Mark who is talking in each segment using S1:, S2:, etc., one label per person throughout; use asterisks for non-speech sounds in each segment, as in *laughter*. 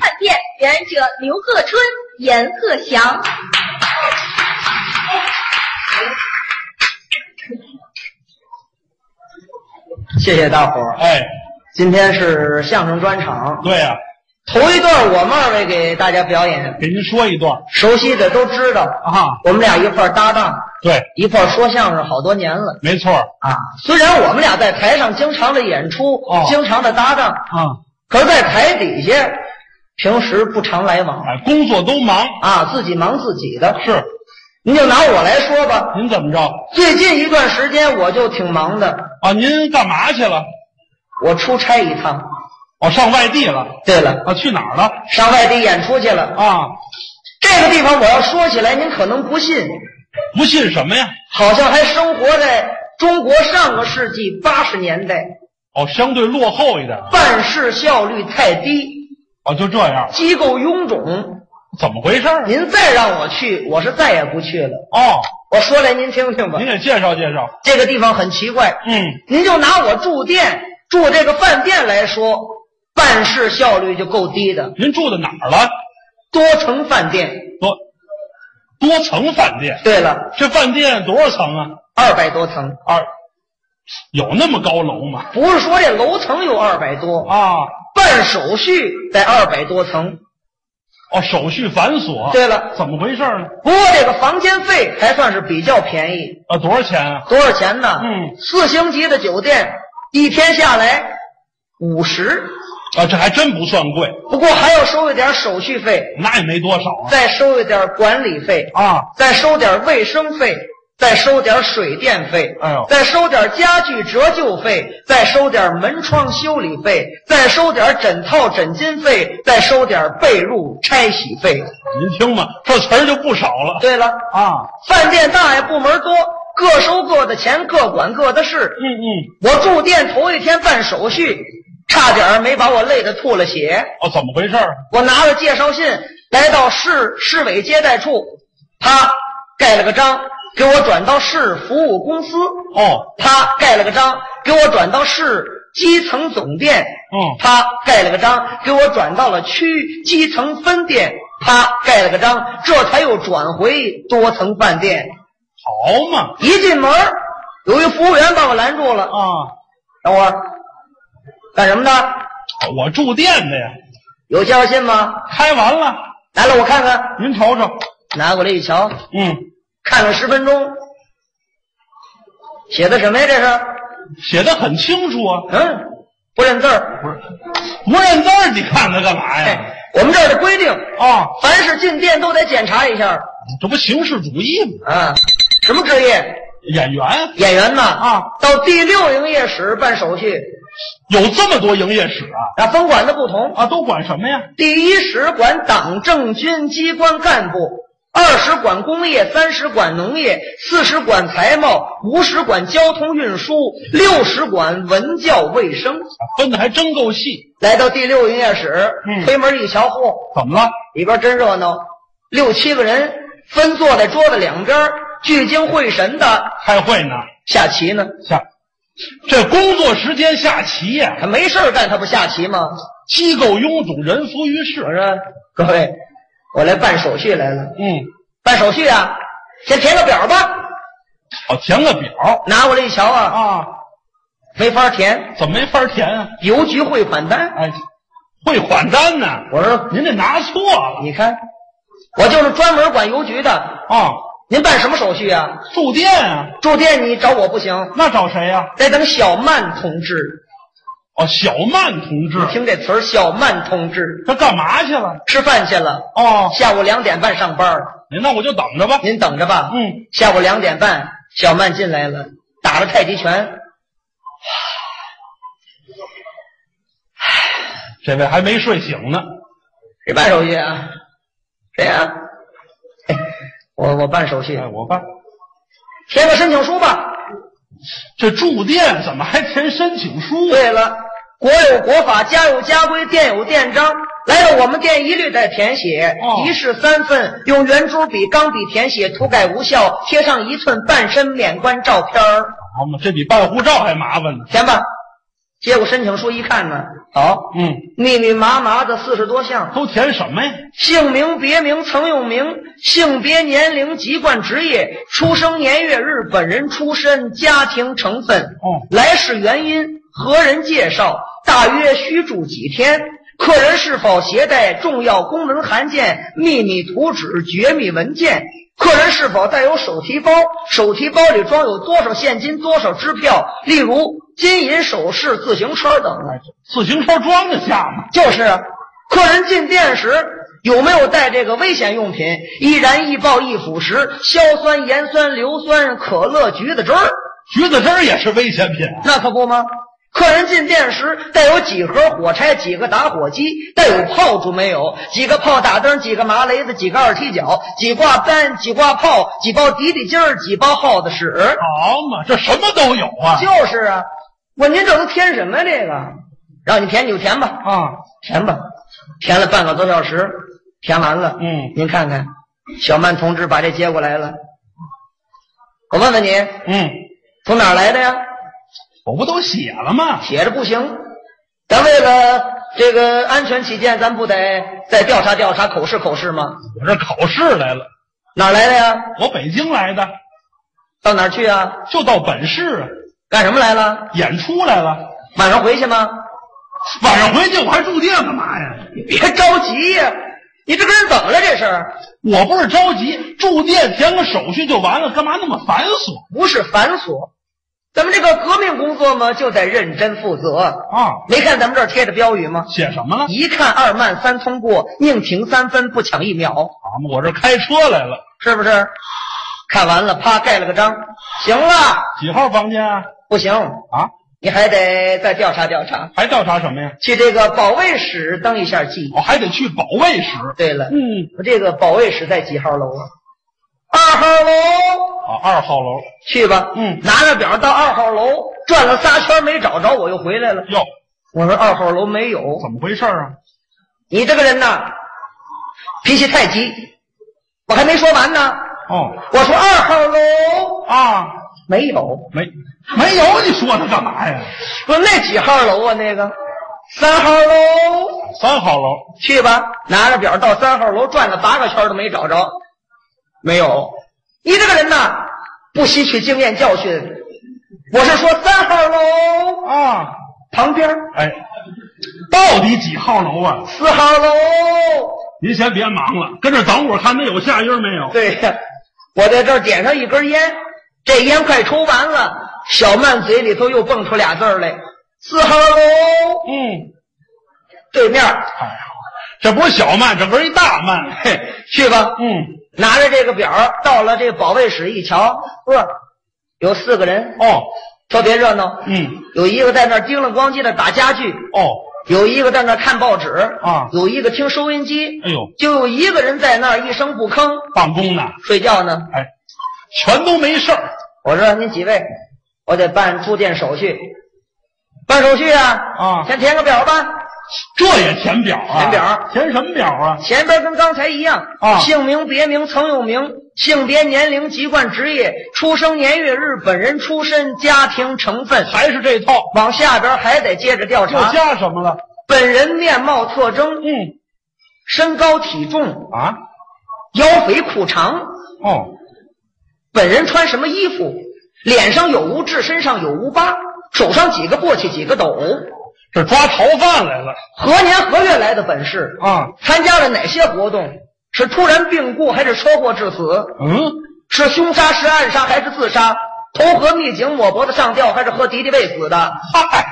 S1: 表演者刘鹤春、严鹤翔。
S2: 谢谢大伙儿。
S3: 哎，
S2: 今天是相声专场，
S3: 对呀、
S2: 头一段我们二位给大家表演，
S3: 给您说一段
S2: 熟悉的都知道。
S3: 啊，
S2: 我们俩一块儿搭档，
S3: 对，
S2: 一块儿说相声好多年了
S3: 没错儿
S2: 啊。虽然我们俩在台上经常的演出，
S3: 哦
S2: 经常的搭档，
S3: 啊，
S2: 可是在台底下平时不常来往
S3: 哎，工作都忙
S2: 啊，自己忙自己的。
S3: 是，
S2: 您就拿我来说吧，
S3: 您怎么着
S2: 最近一段时间我就挺忙的，
S3: 啊？您干嘛去了？
S2: 我出差一趟。
S3: 哦，上外地了
S2: 对了，
S3: 啊？去哪儿了？
S2: 上外地演出去了。
S3: 啊，
S2: 这个地方我要说起来，您可能不信，
S3: 不信什么呀？
S2: 好像还生活在中国上个世纪八十年代，
S3: 哦，相对落后一点儿
S2: 办事效率太低，
S3: 哦，就这样，
S2: 机构臃肿。
S3: 怎么回事儿？啊
S2: 您再让我去，我是再也不去了。
S3: 哦，
S2: 我说来您听听吧
S3: 您，给介绍介绍。
S2: 这个地方很奇怪。
S3: 嗯，
S2: 您就拿我住店住这个饭店来说，办事效率就够低的。
S3: 您住的哪儿了？
S2: 多层饭店，
S3: 多多层饭店，
S2: 对了，
S3: 这饭店多少层啊？
S2: 二百多层，
S3: 二，有那么高楼吗？
S2: 不是说这楼层有二百多，
S3: 啊，
S2: 办手续得二百多层。
S3: 哦，手续繁琐。
S2: 对了，
S3: 怎么回事呢？
S2: 不过这个房间费还算是比较便宜，
S3: 啊，多少钱啊？
S2: 多少钱呢？
S3: 嗯，
S2: 四星级的酒店一天下来五十，
S3: 啊，这还真不算贵，
S2: 不过还要收一点手续费，
S3: 那也没多少啊。
S2: 再收一点管理费，
S3: 啊，
S2: 再收点卫生费，再收点水电费，
S3: 哎呦
S2: 再收点家具折旧费，再收点门窗修理费，再收点枕套枕巾费，再收点被褥拆洗费。
S3: 您听吧，这词儿就不少了。
S2: 对了，
S3: 啊，
S2: 饭店大爷部门多，各收各的钱，各管各的事。
S3: 嗯嗯，
S2: 我住店头一天办手续，差点儿没把我累得吐了血。
S3: 哦，怎么回事儿？
S2: 我拿着介绍信来到市市委接待处，他盖了个章，给我转到市服务公司；
S3: 哦，
S2: 他盖了个章，给我转到市基层总店；
S3: 嗯，
S2: 他盖了个章，给我转到了区基层分店；他盖了个章，这才又转回多层饭店。
S3: 好嘛，
S2: 一进门儿，有一服务员把我拦住了
S3: 啊，：“
S2: 等会儿，干什么呢？
S3: 我住店的呀，
S2: 有介绍信吗？
S3: 开完了，
S2: 拿来我看看。”
S3: 您瞅瞅，
S2: 拿过来一瞧，
S3: 嗯，
S2: 看了十分钟，写的什么呀？这是？
S3: 写的很清楚啊，
S2: 嗯，不认字儿。
S3: 不是，不认字儿，你看它干嘛呀？
S2: 哎，我们这儿的规定，
S3: 啊，
S2: 凡是进店都得检查一下儿
S3: 这不形式主义吗？
S2: 啊。什么职业？
S3: 演员
S2: 演员呐。
S3: 啊，
S2: 到第六营业室办手续，
S3: 有这么多营业室啊，
S2: 啊，分管的不同。
S3: 啊，都管什么呀？
S2: 第一室管党政军机关干部，二室管工业，三室管农业，四室管财贸，五室管交通运输，六室管文教卫生。
S3: 啊分的还真够细，
S2: 来到第六营业室，
S3: 嗯
S2: 推门一瞧，嚯，
S3: 怎么了？
S2: 里边真热闹，六七个人分坐在桌子两边儿，聚精会神的
S3: 开会呢，
S2: 下棋呢。
S3: 下，这工作时间下棋呀、
S2: 他没事儿干，他不下棋吗？
S3: 机构臃肿，人浮于
S2: 我
S3: 事。
S2: 说各位，我来办手续来了，
S3: 嗯，
S2: 办手续啊，先填个表吧。
S3: 哦，填个表
S2: 拿过来一瞧啊，
S3: 啊，
S2: 没法填，
S3: 怎么没法填啊？
S2: 邮局汇款单。
S3: 哎，汇款单呢？
S2: 我说
S3: 您这拿错了
S2: 你看，我就是专门管邮局的，
S3: 啊，
S2: 您办什么手续啊？
S3: 住店啊，
S2: 住店你找我不行，
S3: 那找谁呀、
S2: 得等小曼同志。
S3: 哦，小曼同志，
S2: 听这词儿，小曼同志
S3: 他干嘛去了？
S2: 吃饭去了，
S3: 哦，
S2: 下午两点半上班儿，
S3: 那我就等着吧。
S2: 您等着吧。
S3: 嗯，
S2: 下午两点半，小曼进来了，打着太极拳。
S3: 这位还没睡醒呢。
S2: 谁办手续啊？谁呀、啊？嘿我我办手续
S3: 哎，，我看
S2: 填个申请书吧。
S3: 这住店怎么还填申请书？啊
S2: 对了，国有国法，家有家规，店有店章。来到我们店一律得填写，
S3: 哦
S2: 一式三份，用圆珠笔、钢笔填写，涂改无效，贴上一寸半身免冠照片儿。
S3: 好嘛，这比办护照还麻烦呢。
S2: 填吧，结果申请书一看呢，好，
S3: 嗯，
S2: 密密麻麻的四十多项，
S3: 都填什么呀？
S2: 姓名、别名、曾用名、性别、年龄、籍贯、职业、出生年月日、本人出身、家庭成分、
S3: 哦
S2: 来世原因、何人介绍、大约需住几天、客人是否携带重要功能函件、秘密图纸、绝密文件。客人是否带有手提包？手提包里装有多少现金、多少支票？例如金银首饰、自行车等。
S3: 自行车装得下吗？
S2: 就是啊，客人进店时有没有带这个危险用品？易燃易爆易腐蚀，硝酸、盐酸、硫酸、可乐、橘子汁儿，
S3: 橘子汁儿也是危险品啊。
S2: 那可不吗？客人进店时带有几盒火柴、几个打火机，带有炮竹没有？几个炮打灯、几个麻雷子、几个二踢脚、几挂扳、几挂炮、几包滴滴筋儿、几包耗子屎。
S3: 好嘛，这什么都有啊。
S2: 就是啊，我您这都填什么呀？这个，让你填你就填吧，
S3: 啊，
S2: 填吧，填了半个多小时，填完了，
S3: 嗯
S2: 您看看，小曼同志把这接过来了。我问问你，
S3: 嗯，
S2: 从哪儿来的呀？
S3: 我不都写了吗？
S2: 写着不行，咱为了这个安全起见，咱不得再调查调查、口试口试吗？
S3: 我这考试来了，
S2: 哪儿来的呀？
S3: 我北京来的，
S2: 到哪儿去啊？
S3: 就到本市啊，
S2: 干什么来了？
S3: 演出来了。
S2: 晚上回去吗？
S3: 晚上回去我还住店干嘛呀？
S2: 你别着急呀、你这个人怎么了？这是
S3: 我不是着急，住店填个手续就完了，干嘛那么繁琐
S2: 不是繁琐？咱们这个革命工作嘛，就得认真负责。
S3: 啊？
S2: 没看咱们这儿贴着标语吗？
S3: 写什么了？
S2: 一看二慢三通过，宁停三分不抢一秒，
S3: 啊，我这开车来了，
S2: 是不是？看完了，啪盖了个章，行了，
S3: 几号房间啊？
S2: 不行，
S3: 啊，
S2: 你还得再调查调查，
S3: 还调查什么呀？哦
S2: 去这个保卫室登一下记。
S3: 我还得去保卫室。
S2: 对了，
S3: 嗯，
S2: 我这个保卫室在几号楼啊？二号楼，
S3: 啊，二号楼。
S2: 去吧。
S3: 嗯
S2: 拿着表到二号楼转了仨圈没找着，我又回来了。
S3: 哟，
S2: 我说二号楼没有，
S3: 怎么回事啊？
S2: 你这个人呐，脾气太急，我还没说完呢。
S3: 哦，
S2: 我说二号楼
S3: 啊，
S2: 没有，
S3: 没，没有，你说他干嘛呀？
S2: 不是那几号楼啊？那个三号楼，
S3: 三号楼，
S2: 去吧，拿着表到三号楼转了八个圈都没找着，没有。你这个人呐，不吸取经验教训。我是说三号楼
S3: 啊，
S2: 旁边
S3: 哎，到底几号楼啊？
S2: 四号楼，
S3: 您先别忙了，跟这等会儿看他有下音没有？
S2: 对呀，我在这儿点上一根烟，这烟快抽完了，小曼嘴里头又蹦出俩字儿来：四号楼
S3: 嗯，哎
S2: 对面儿，
S3: 这不是小曼，这不是一大曼。
S2: 嘿，去吧。
S3: 嗯，
S2: 拿着这个表儿到了这个保卫室一瞧，呵，有四个人
S3: 哦，
S2: 特别热闹，
S3: 嗯，
S2: 有一个在那儿叮了咣叽的打家具，
S3: 哦，
S2: 有一个在那儿看报纸
S3: 啊
S2: 有一个听收音机，
S3: 哎呦，
S2: 就有一个人在那儿一声不吭
S3: 办公呢，
S2: 睡觉呢。
S3: 哎，全都没事儿
S2: 我说您几位，我得办住店手续，办手续啊，
S3: 啊
S2: 先填个表吧。
S3: 这也填表啊？
S2: 填表
S3: 填什么表啊？
S2: 前边跟刚才一样
S3: 啊
S2: 姓名、别名、曾用名、性别、年龄、籍贯、职业、出生年月日、本人出身、家庭成分，
S3: 还是这套？
S2: 往下边还得接着调
S3: 又
S2: 查
S3: 加什么了？
S2: 本人面貌特征、
S3: 嗯，
S2: 身高体重、
S3: 啊，
S2: 腰肥裤长，
S3: 哦，
S2: 本人穿什么衣服，脸上有无痣，身上有无疤，手上几个簸箕几个斗，
S3: 这抓逃犯来了
S2: 何年何月来的本市，
S3: 啊？
S2: 参加了哪些活动，是突然病故还是车祸致死，
S3: 嗯，
S2: 是凶杀是暗杀还是自杀，投河秘井抹脖子上吊还是喝敌敌畏死的，
S3: 嗨，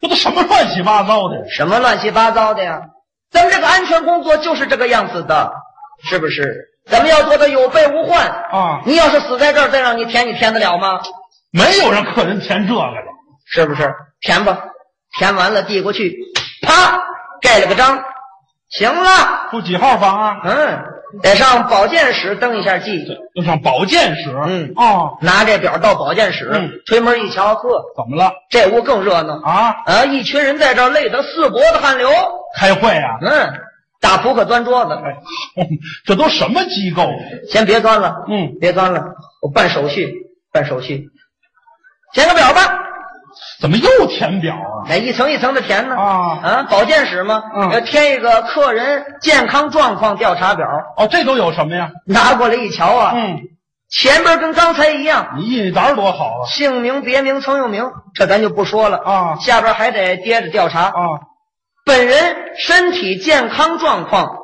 S3: 这都什么乱七八糟的？
S2: 什么乱七八糟的呀？咱们这个安全工作就是这个样子的，是不是？咱们要做的有备无患
S3: 啊
S2: 你要是死在这儿，再让你填，你填得了吗？
S3: 没有让客人填这个的。
S2: 是不是？填吧，填完了递过去，啪，盖了个章，行了，
S3: 住几号房啊？
S2: 嗯，得上保健室登一下记，
S3: 要上保健室。
S2: 嗯
S3: 哦，
S2: 拿这表到保健室，
S3: 嗯
S2: 推门一瞧，呵，
S3: 怎么了？
S2: 这屋更热闹
S3: 啊，
S2: 啊！一群人在这儿累得四脖子汗流，
S3: 开会啊？ *laughs*
S2: 嗯，打扑克端桌子，
S3: 哎，这都什么机构？啊
S2: 先别端了，
S3: 嗯，
S2: 别端了，我办手续，办手续，填个表吧。
S3: 怎么又填表啊？
S2: 哎，一层一层的填呢。
S3: 啊
S2: 啊，保健室嘛，
S3: 嗯
S2: 要填一个客人健康状况调查表，
S3: 哦，这都有什么呀？
S2: 拿过来一瞧啊，
S3: 嗯，
S2: 前边跟刚才一样，
S3: 你印一沓多好啊！
S2: 姓名、别名、曾用名，这咱就不说了。
S3: 啊
S2: 下边还得接着调查，
S3: 啊，
S2: 本人身体健康状况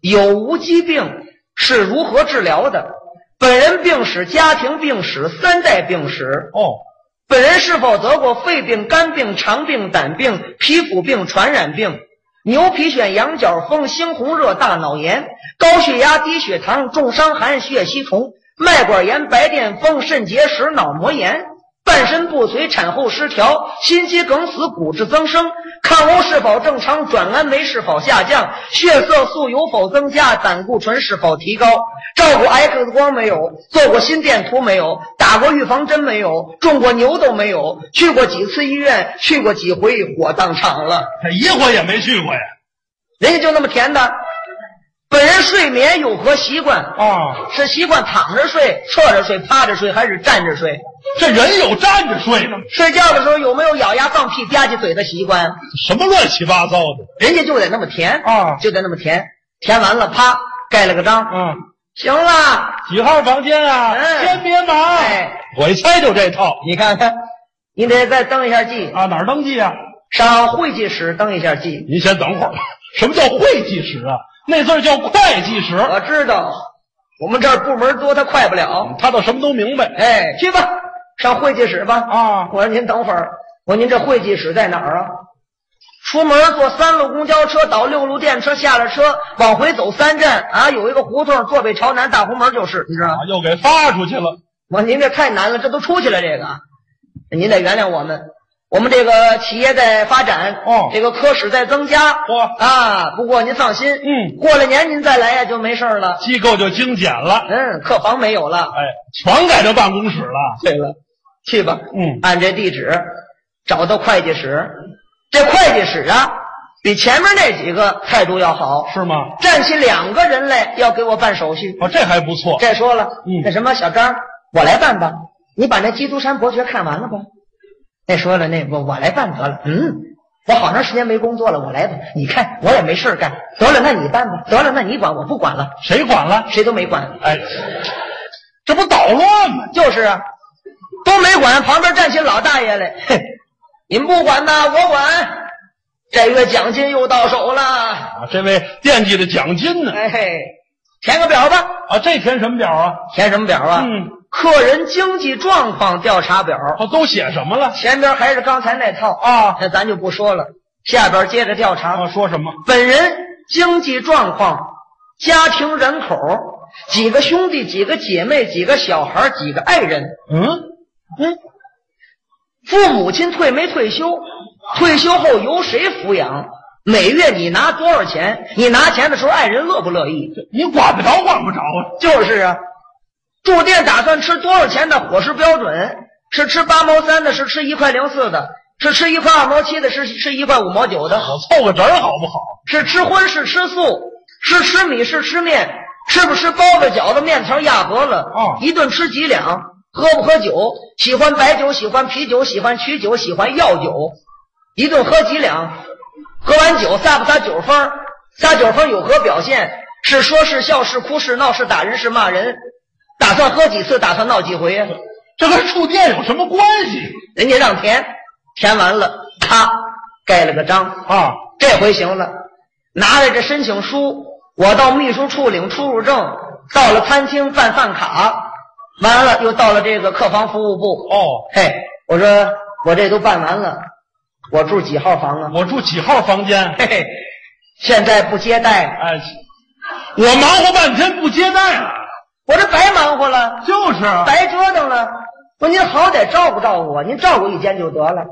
S2: 有无疾病，是如何治疗的？本人病史、家庭病史、三代病史，
S3: 哦，
S2: 本人是否得过肺病、肝病、肠病、胆病、皮肤病、传染病、牛皮癣、羊角风、猩红热、大脑炎、高血压、低血糖、重伤寒、血吸虫、脉管炎、白癜风、肾结石、脑膜炎、半身不遂、产后失调、心肌梗死、骨质增生、抗污是否正常、转氨酶是否下降、血色素有否增加、胆固醇是否提高、照过 X 光没有、做过心电图没有、打过预防针没有、种过牛痘没有、去过几次医院、去过几回火葬场了，
S3: 他一回也没去过呀。
S2: 人家就那么填的。本人睡眠有何习惯？
S3: 啊，
S2: 是习惯躺着睡、侧着睡、趴着睡，还是站着睡？
S3: 这人有站着睡的吗？
S2: 睡觉的时候有没有咬牙放屁、吧唧嘴的习惯？
S3: 什么乱七八糟的？
S2: 人家就得那么填
S3: 啊
S2: 就得那么填，填完了啪盖了个章，
S3: 嗯，
S2: 行了。
S3: 几号房间啊？
S2: 嗯
S3: 先别忙，
S2: 哎
S3: 我一猜就这套
S2: 你看看，你得再登一下记，
S3: 啊。哪儿登记啊？
S2: 上会计室登一下记。
S3: 您先等会儿。什么叫会计室啊？那字儿叫会计室，
S2: 我知道，我们这儿部门多，他快不了。
S3: 他倒什么都明白
S2: 哎，去吧，上会计室吧。
S3: 啊。
S2: 我说您等会儿，我说您这会计室在哪儿啊？出门坐三路公交车，倒六路电车，下了车往回走三站啊，有一个胡同，坐北朝南，大红门就是，你知道吗
S3: 啊？，又给发出去了。
S2: 我说您这太难了，这都出去了，这个，您得原谅我们。我们这个企业在发展，
S3: 哦
S2: 这个科室在增加，
S3: 嚯
S2: 啊！不过您放心，
S3: 嗯，
S2: 过了年您再来呀就没事儿了。
S3: 机构就精简了，
S2: 嗯，客房没有了。
S3: 哎，全改成办公室了。
S2: 对了，去吧，
S3: 嗯
S2: 按这地址找到会计室。这会计室啊，比前面那几个态度要好，
S3: 是吗？
S2: 站起两个人来要给我办手续。
S3: 哦，这还不错。
S2: 再说了，
S3: 嗯
S2: 那什么小张，我来办吧。你把那《基督山伯爵》看完了吧？那说了，那我我来办得了。嗯，我好长时间没工作了，我来吧。你看我也没事儿干，得了，那你办吧。得了，那你管，我不管了，
S3: 谁管了？
S2: 谁都没管。
S3: 哎，这不捣乱吗？
S2: 就是啊，都没管。旁边站起老大爷来， *laughs* 嘿，你们不管呐，我管。这月奖金又到手了，
S3: 啊，这位惦记着奖金呢。
S2: 哎嘿，填个表吧。
S3: 啊，这填什么表啊？
S2: 填什么表啊？
S3: 嗯，
S2: 客人经济状况调查表。
S3: 哦，都写什么了？
S2: 前边还是刚才那套
S3: 啊
S2: 那咱就不说了。下边接着调查，
S3: 啊，说什么？
S2: 本人经济状况、家庭人口、几个兄弟、几个姐妹、几个小孩、几个爱人、
S3: 嗯，
S2: 父母亲退没退休，退休后由谁抚养，每月你拿多少钱，你拿钱的时候爱人乐不乐意？
S3: 你管得着管不着啊？
S2: 就是啊，住店打算吃多少钱的伙食标准？是吃八毛三的，是吃一块零四的，是吃一块二毛七的，是吃一块五毛九的。
S3: 我凑个整儿好不好？
S2: 是吃荤是吃素，是吃米是吃面，吃不吃包子饺子面条压合了，
S3: 哦
S2: 一顿吃几两，喝不喝酒，喜欢白酒喜欢啤酒喜欢曲酒喜欢药酒，一顿喝几两，喝完酒撒不撒酒疯儿，撒酒疯儿有何表现？是说是笑是哭是闹是打人是骂人，打算喝几次打算闹几回呀？
S3: 这跟触电有什么关系
S2: *laughs* 人家让填，填完了，咔盖了个章。
S3: 啊？
S2: 这回行了，拿着这申请书，我到秘书处领出入证，到了餐厅办饭卡，完了又到了这个客房服务部。
S3: 哦，
S2: 嘿，我说我这都办完了，我住几号房啊？
S3: 我住几号房间？
S2: 嘿嘿，现在不接待，
S3: 哎，我忙活半天不接待了，
S2: 我这白忙活了，
S3: 就是啊
S2: 白折腾了。我说您好歹照顾照顾我，您照顾一间就得了。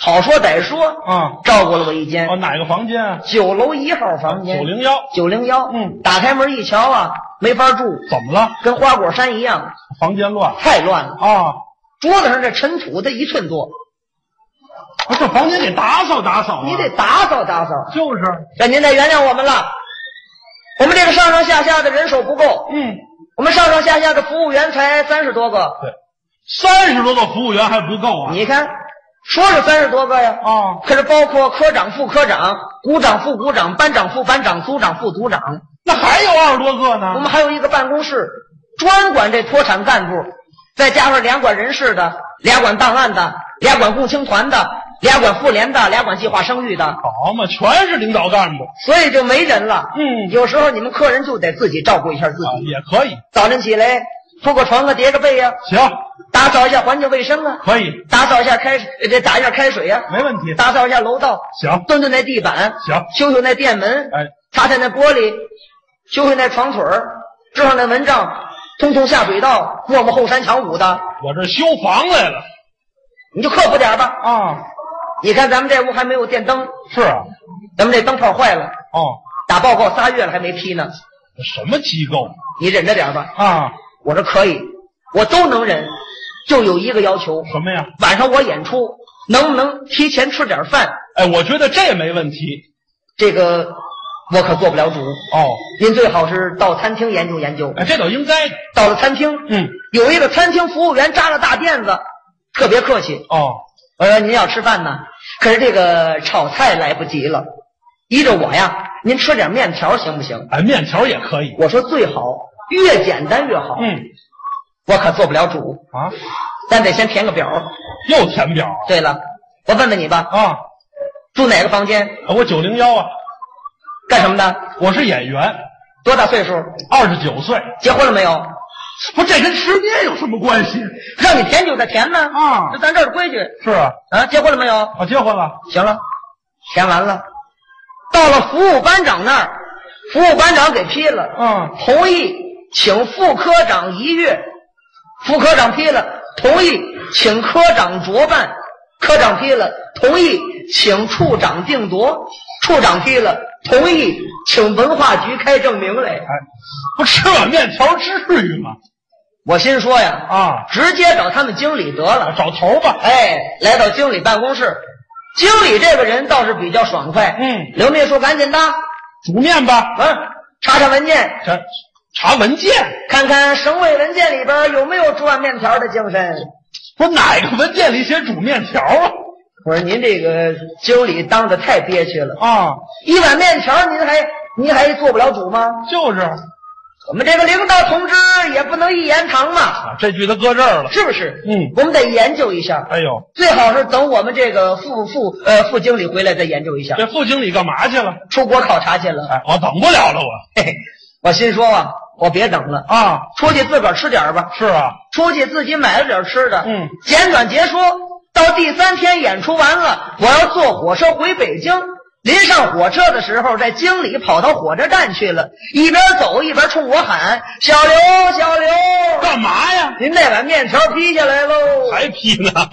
S2: 好说歹说，
S3: 啊，
S2: 照顾了我一间
S3: 哦，，哪个房间啊？
S2: 九楼一号房间，
S3: 九零幺，
S2: 九零幺，
S3: 嗯，
S2: 打开门一瞧啊，没法住，
S3: 怎么了？
S2: 跟花果山一样，
S3: 房间乱
S2: 太乱了。
S3: 啊？
S2: 桌子上这尘土得一寸多，
S3: 不是，这房间得打扫打扫啊
S2: 你得打扫打扫。
S3: 就是，啊
S2: 这您得原谅我们了，我们这个上上下下的人手不够，
S3: 嗯，
S2: 我们上上下下的服务员才三十多个。
S3: 三十多个服务员还不够啊？
S2: 你看，说是三十多个呀，
S3: 哦，
S2: 可是包括科长、副科长、股长、副股长、班长、副班长、组长、副组长，
S3: 那还有二十多个呢。
S2: 我们还有一个办公室，专管这脱产干部，再加上俩管人事的，俩管档案的，俩管共青团的，俩管妇联的，俩管计划生育的，
S3: 好嘛，全是领导干部。
S2: 所以就没人了。
S3: 嗯
S2: 有时候你们客人就得自己照顾一下自
S3: 啊
S2: 己，
S3: 也可以，
S2: 早晨起来铺个床啊，叠个被呀、
S3: 行，
S2: 打扫一下环境卫生啊，
S3: 可以，
S2: 打扫一下开呃这打一下开水呀、
S3: 没问题。
S2: 打扫一下楼道，
S3: 行
S2: 墩墩那地板，
S3: 行，
S2: 修修那店门，
S3: 哎，
S2: 擦擦那玻璃，修修那床腿儿，支上那蚊帐，通通下水道，抹抹后山墙舞的，
S3: 我这修房来了
S2: 你就刻苦点儿吧。
S3: 啊。
S2: 你看咱们这屋还没有电灯，
S3: 是啊，
S2: 咱们这灯泡坏了，
S3: 哦，
S2: 打报告仨月了还没批呢，
S3: 这什么机构
S2: 你忍着点儿吧。
S3: 啊？
S2: 我说可以，我都能忍，就有一个要求，
S3: 什么呀？
S2: 晚上我演出能不能提前吃点饭？
S3: 哎，我觉得这没问题
S2: 这个我可做不了主。
S3: 哦。
S2: 您最好是到餐厅研究研究。
S3: 哎，这倒应该的。
S2: 到了餐厅，
S3: 嗯，
S2: 有一个餐厅服务员扎了大垫子，特别客气。
S3: 哦，
S2: 我说您要吃饭呢，可是这个炒菜来不及了，依着我呀，您吃点面条行不行？
S3: 哎，面条也可以。
S2: 我说最好，越简单越好。
S3: 嗯
S2: 我可做不了主，
S3: 啊，
S2: 咱得先填个表。
S3: 又填表
S2: 对了，我问问你吧，
S3: 啊？
S2: 住哪个房间，
S3: 我九零幺啊，
S2: 干什么的，
S3: 我是演员，
S2: 多大岁数，
S3: 二十九岁。
S2: 结婚了没有？
S3: 不，这跟吃面有什么关系
S2: 让你填就得填呢，
S3: 啊
S2: 这咱这儿的规矩
S3: 是啊，
S2: 啊。结婚了没有？
S3: 我结婚了。
S2: 行了，填完了，到了服务班长那儿，服务班长给批了，
S3: 嗯，
S2: 同意请副科长一阅，副科长批了，同意请科长酌办，科长批了，同意请处长定夺，处长批了，同意请文化局开证明来。
S3: 哎，不吃碗面条至于吗？
S2: 我心说呀，
S3: 啊，
S2: 直接找他们经理得了。
S3: 找头吧。
S2: 哎，来到经理办公室，经理这个人倒是比较爽快。
S3: 嗯
S2: 刘秘书赶紧的，
S3: 煮面吧。
S2: 嗯，查查文件，
S3: 查查文件，
S2: 看看省委文件里边有没有煮碗面条的精神。
S3: 不是哪个文件里写煮面条啊
S2: 我说您这个经理当的太憋屈了，
S3: 啊？啊，
S2: 一碗面条您还您还做不了主吗？
S3: 就是啊
S2: 我们这个领导同志也不能一言堂嘛，
S3: 啊，这句都搁这儿了。
S2: 是不是？
S3: 嗯，
S2: 我们得研究一下，
S3: 哎呦，
S2: 最好是等我们这个副副呃副经理回来再研究一下，
S3: 这副经理干嘛去了？
S2: 出国考察去了。 *laughs*
S3: 哎，我等不了了，我
S2: 嘿嘿，我心说啊，我别等了，
S3: 啊，
S2: 出去自个儿吃点儿吧，
S3: 是啊，
S2: 出去自己买了点儿吃的。
S3: 嗯，
S2: 简短截说，到第三天演出完了，我要坐火车回北京。临上火车的时候，这经理跑到火车站去了，一边走一边冲我喊：“小刘，小刘，
S3: 干嘛呀？
S2: 您那碗面条批下来喽
S3: 还批呢？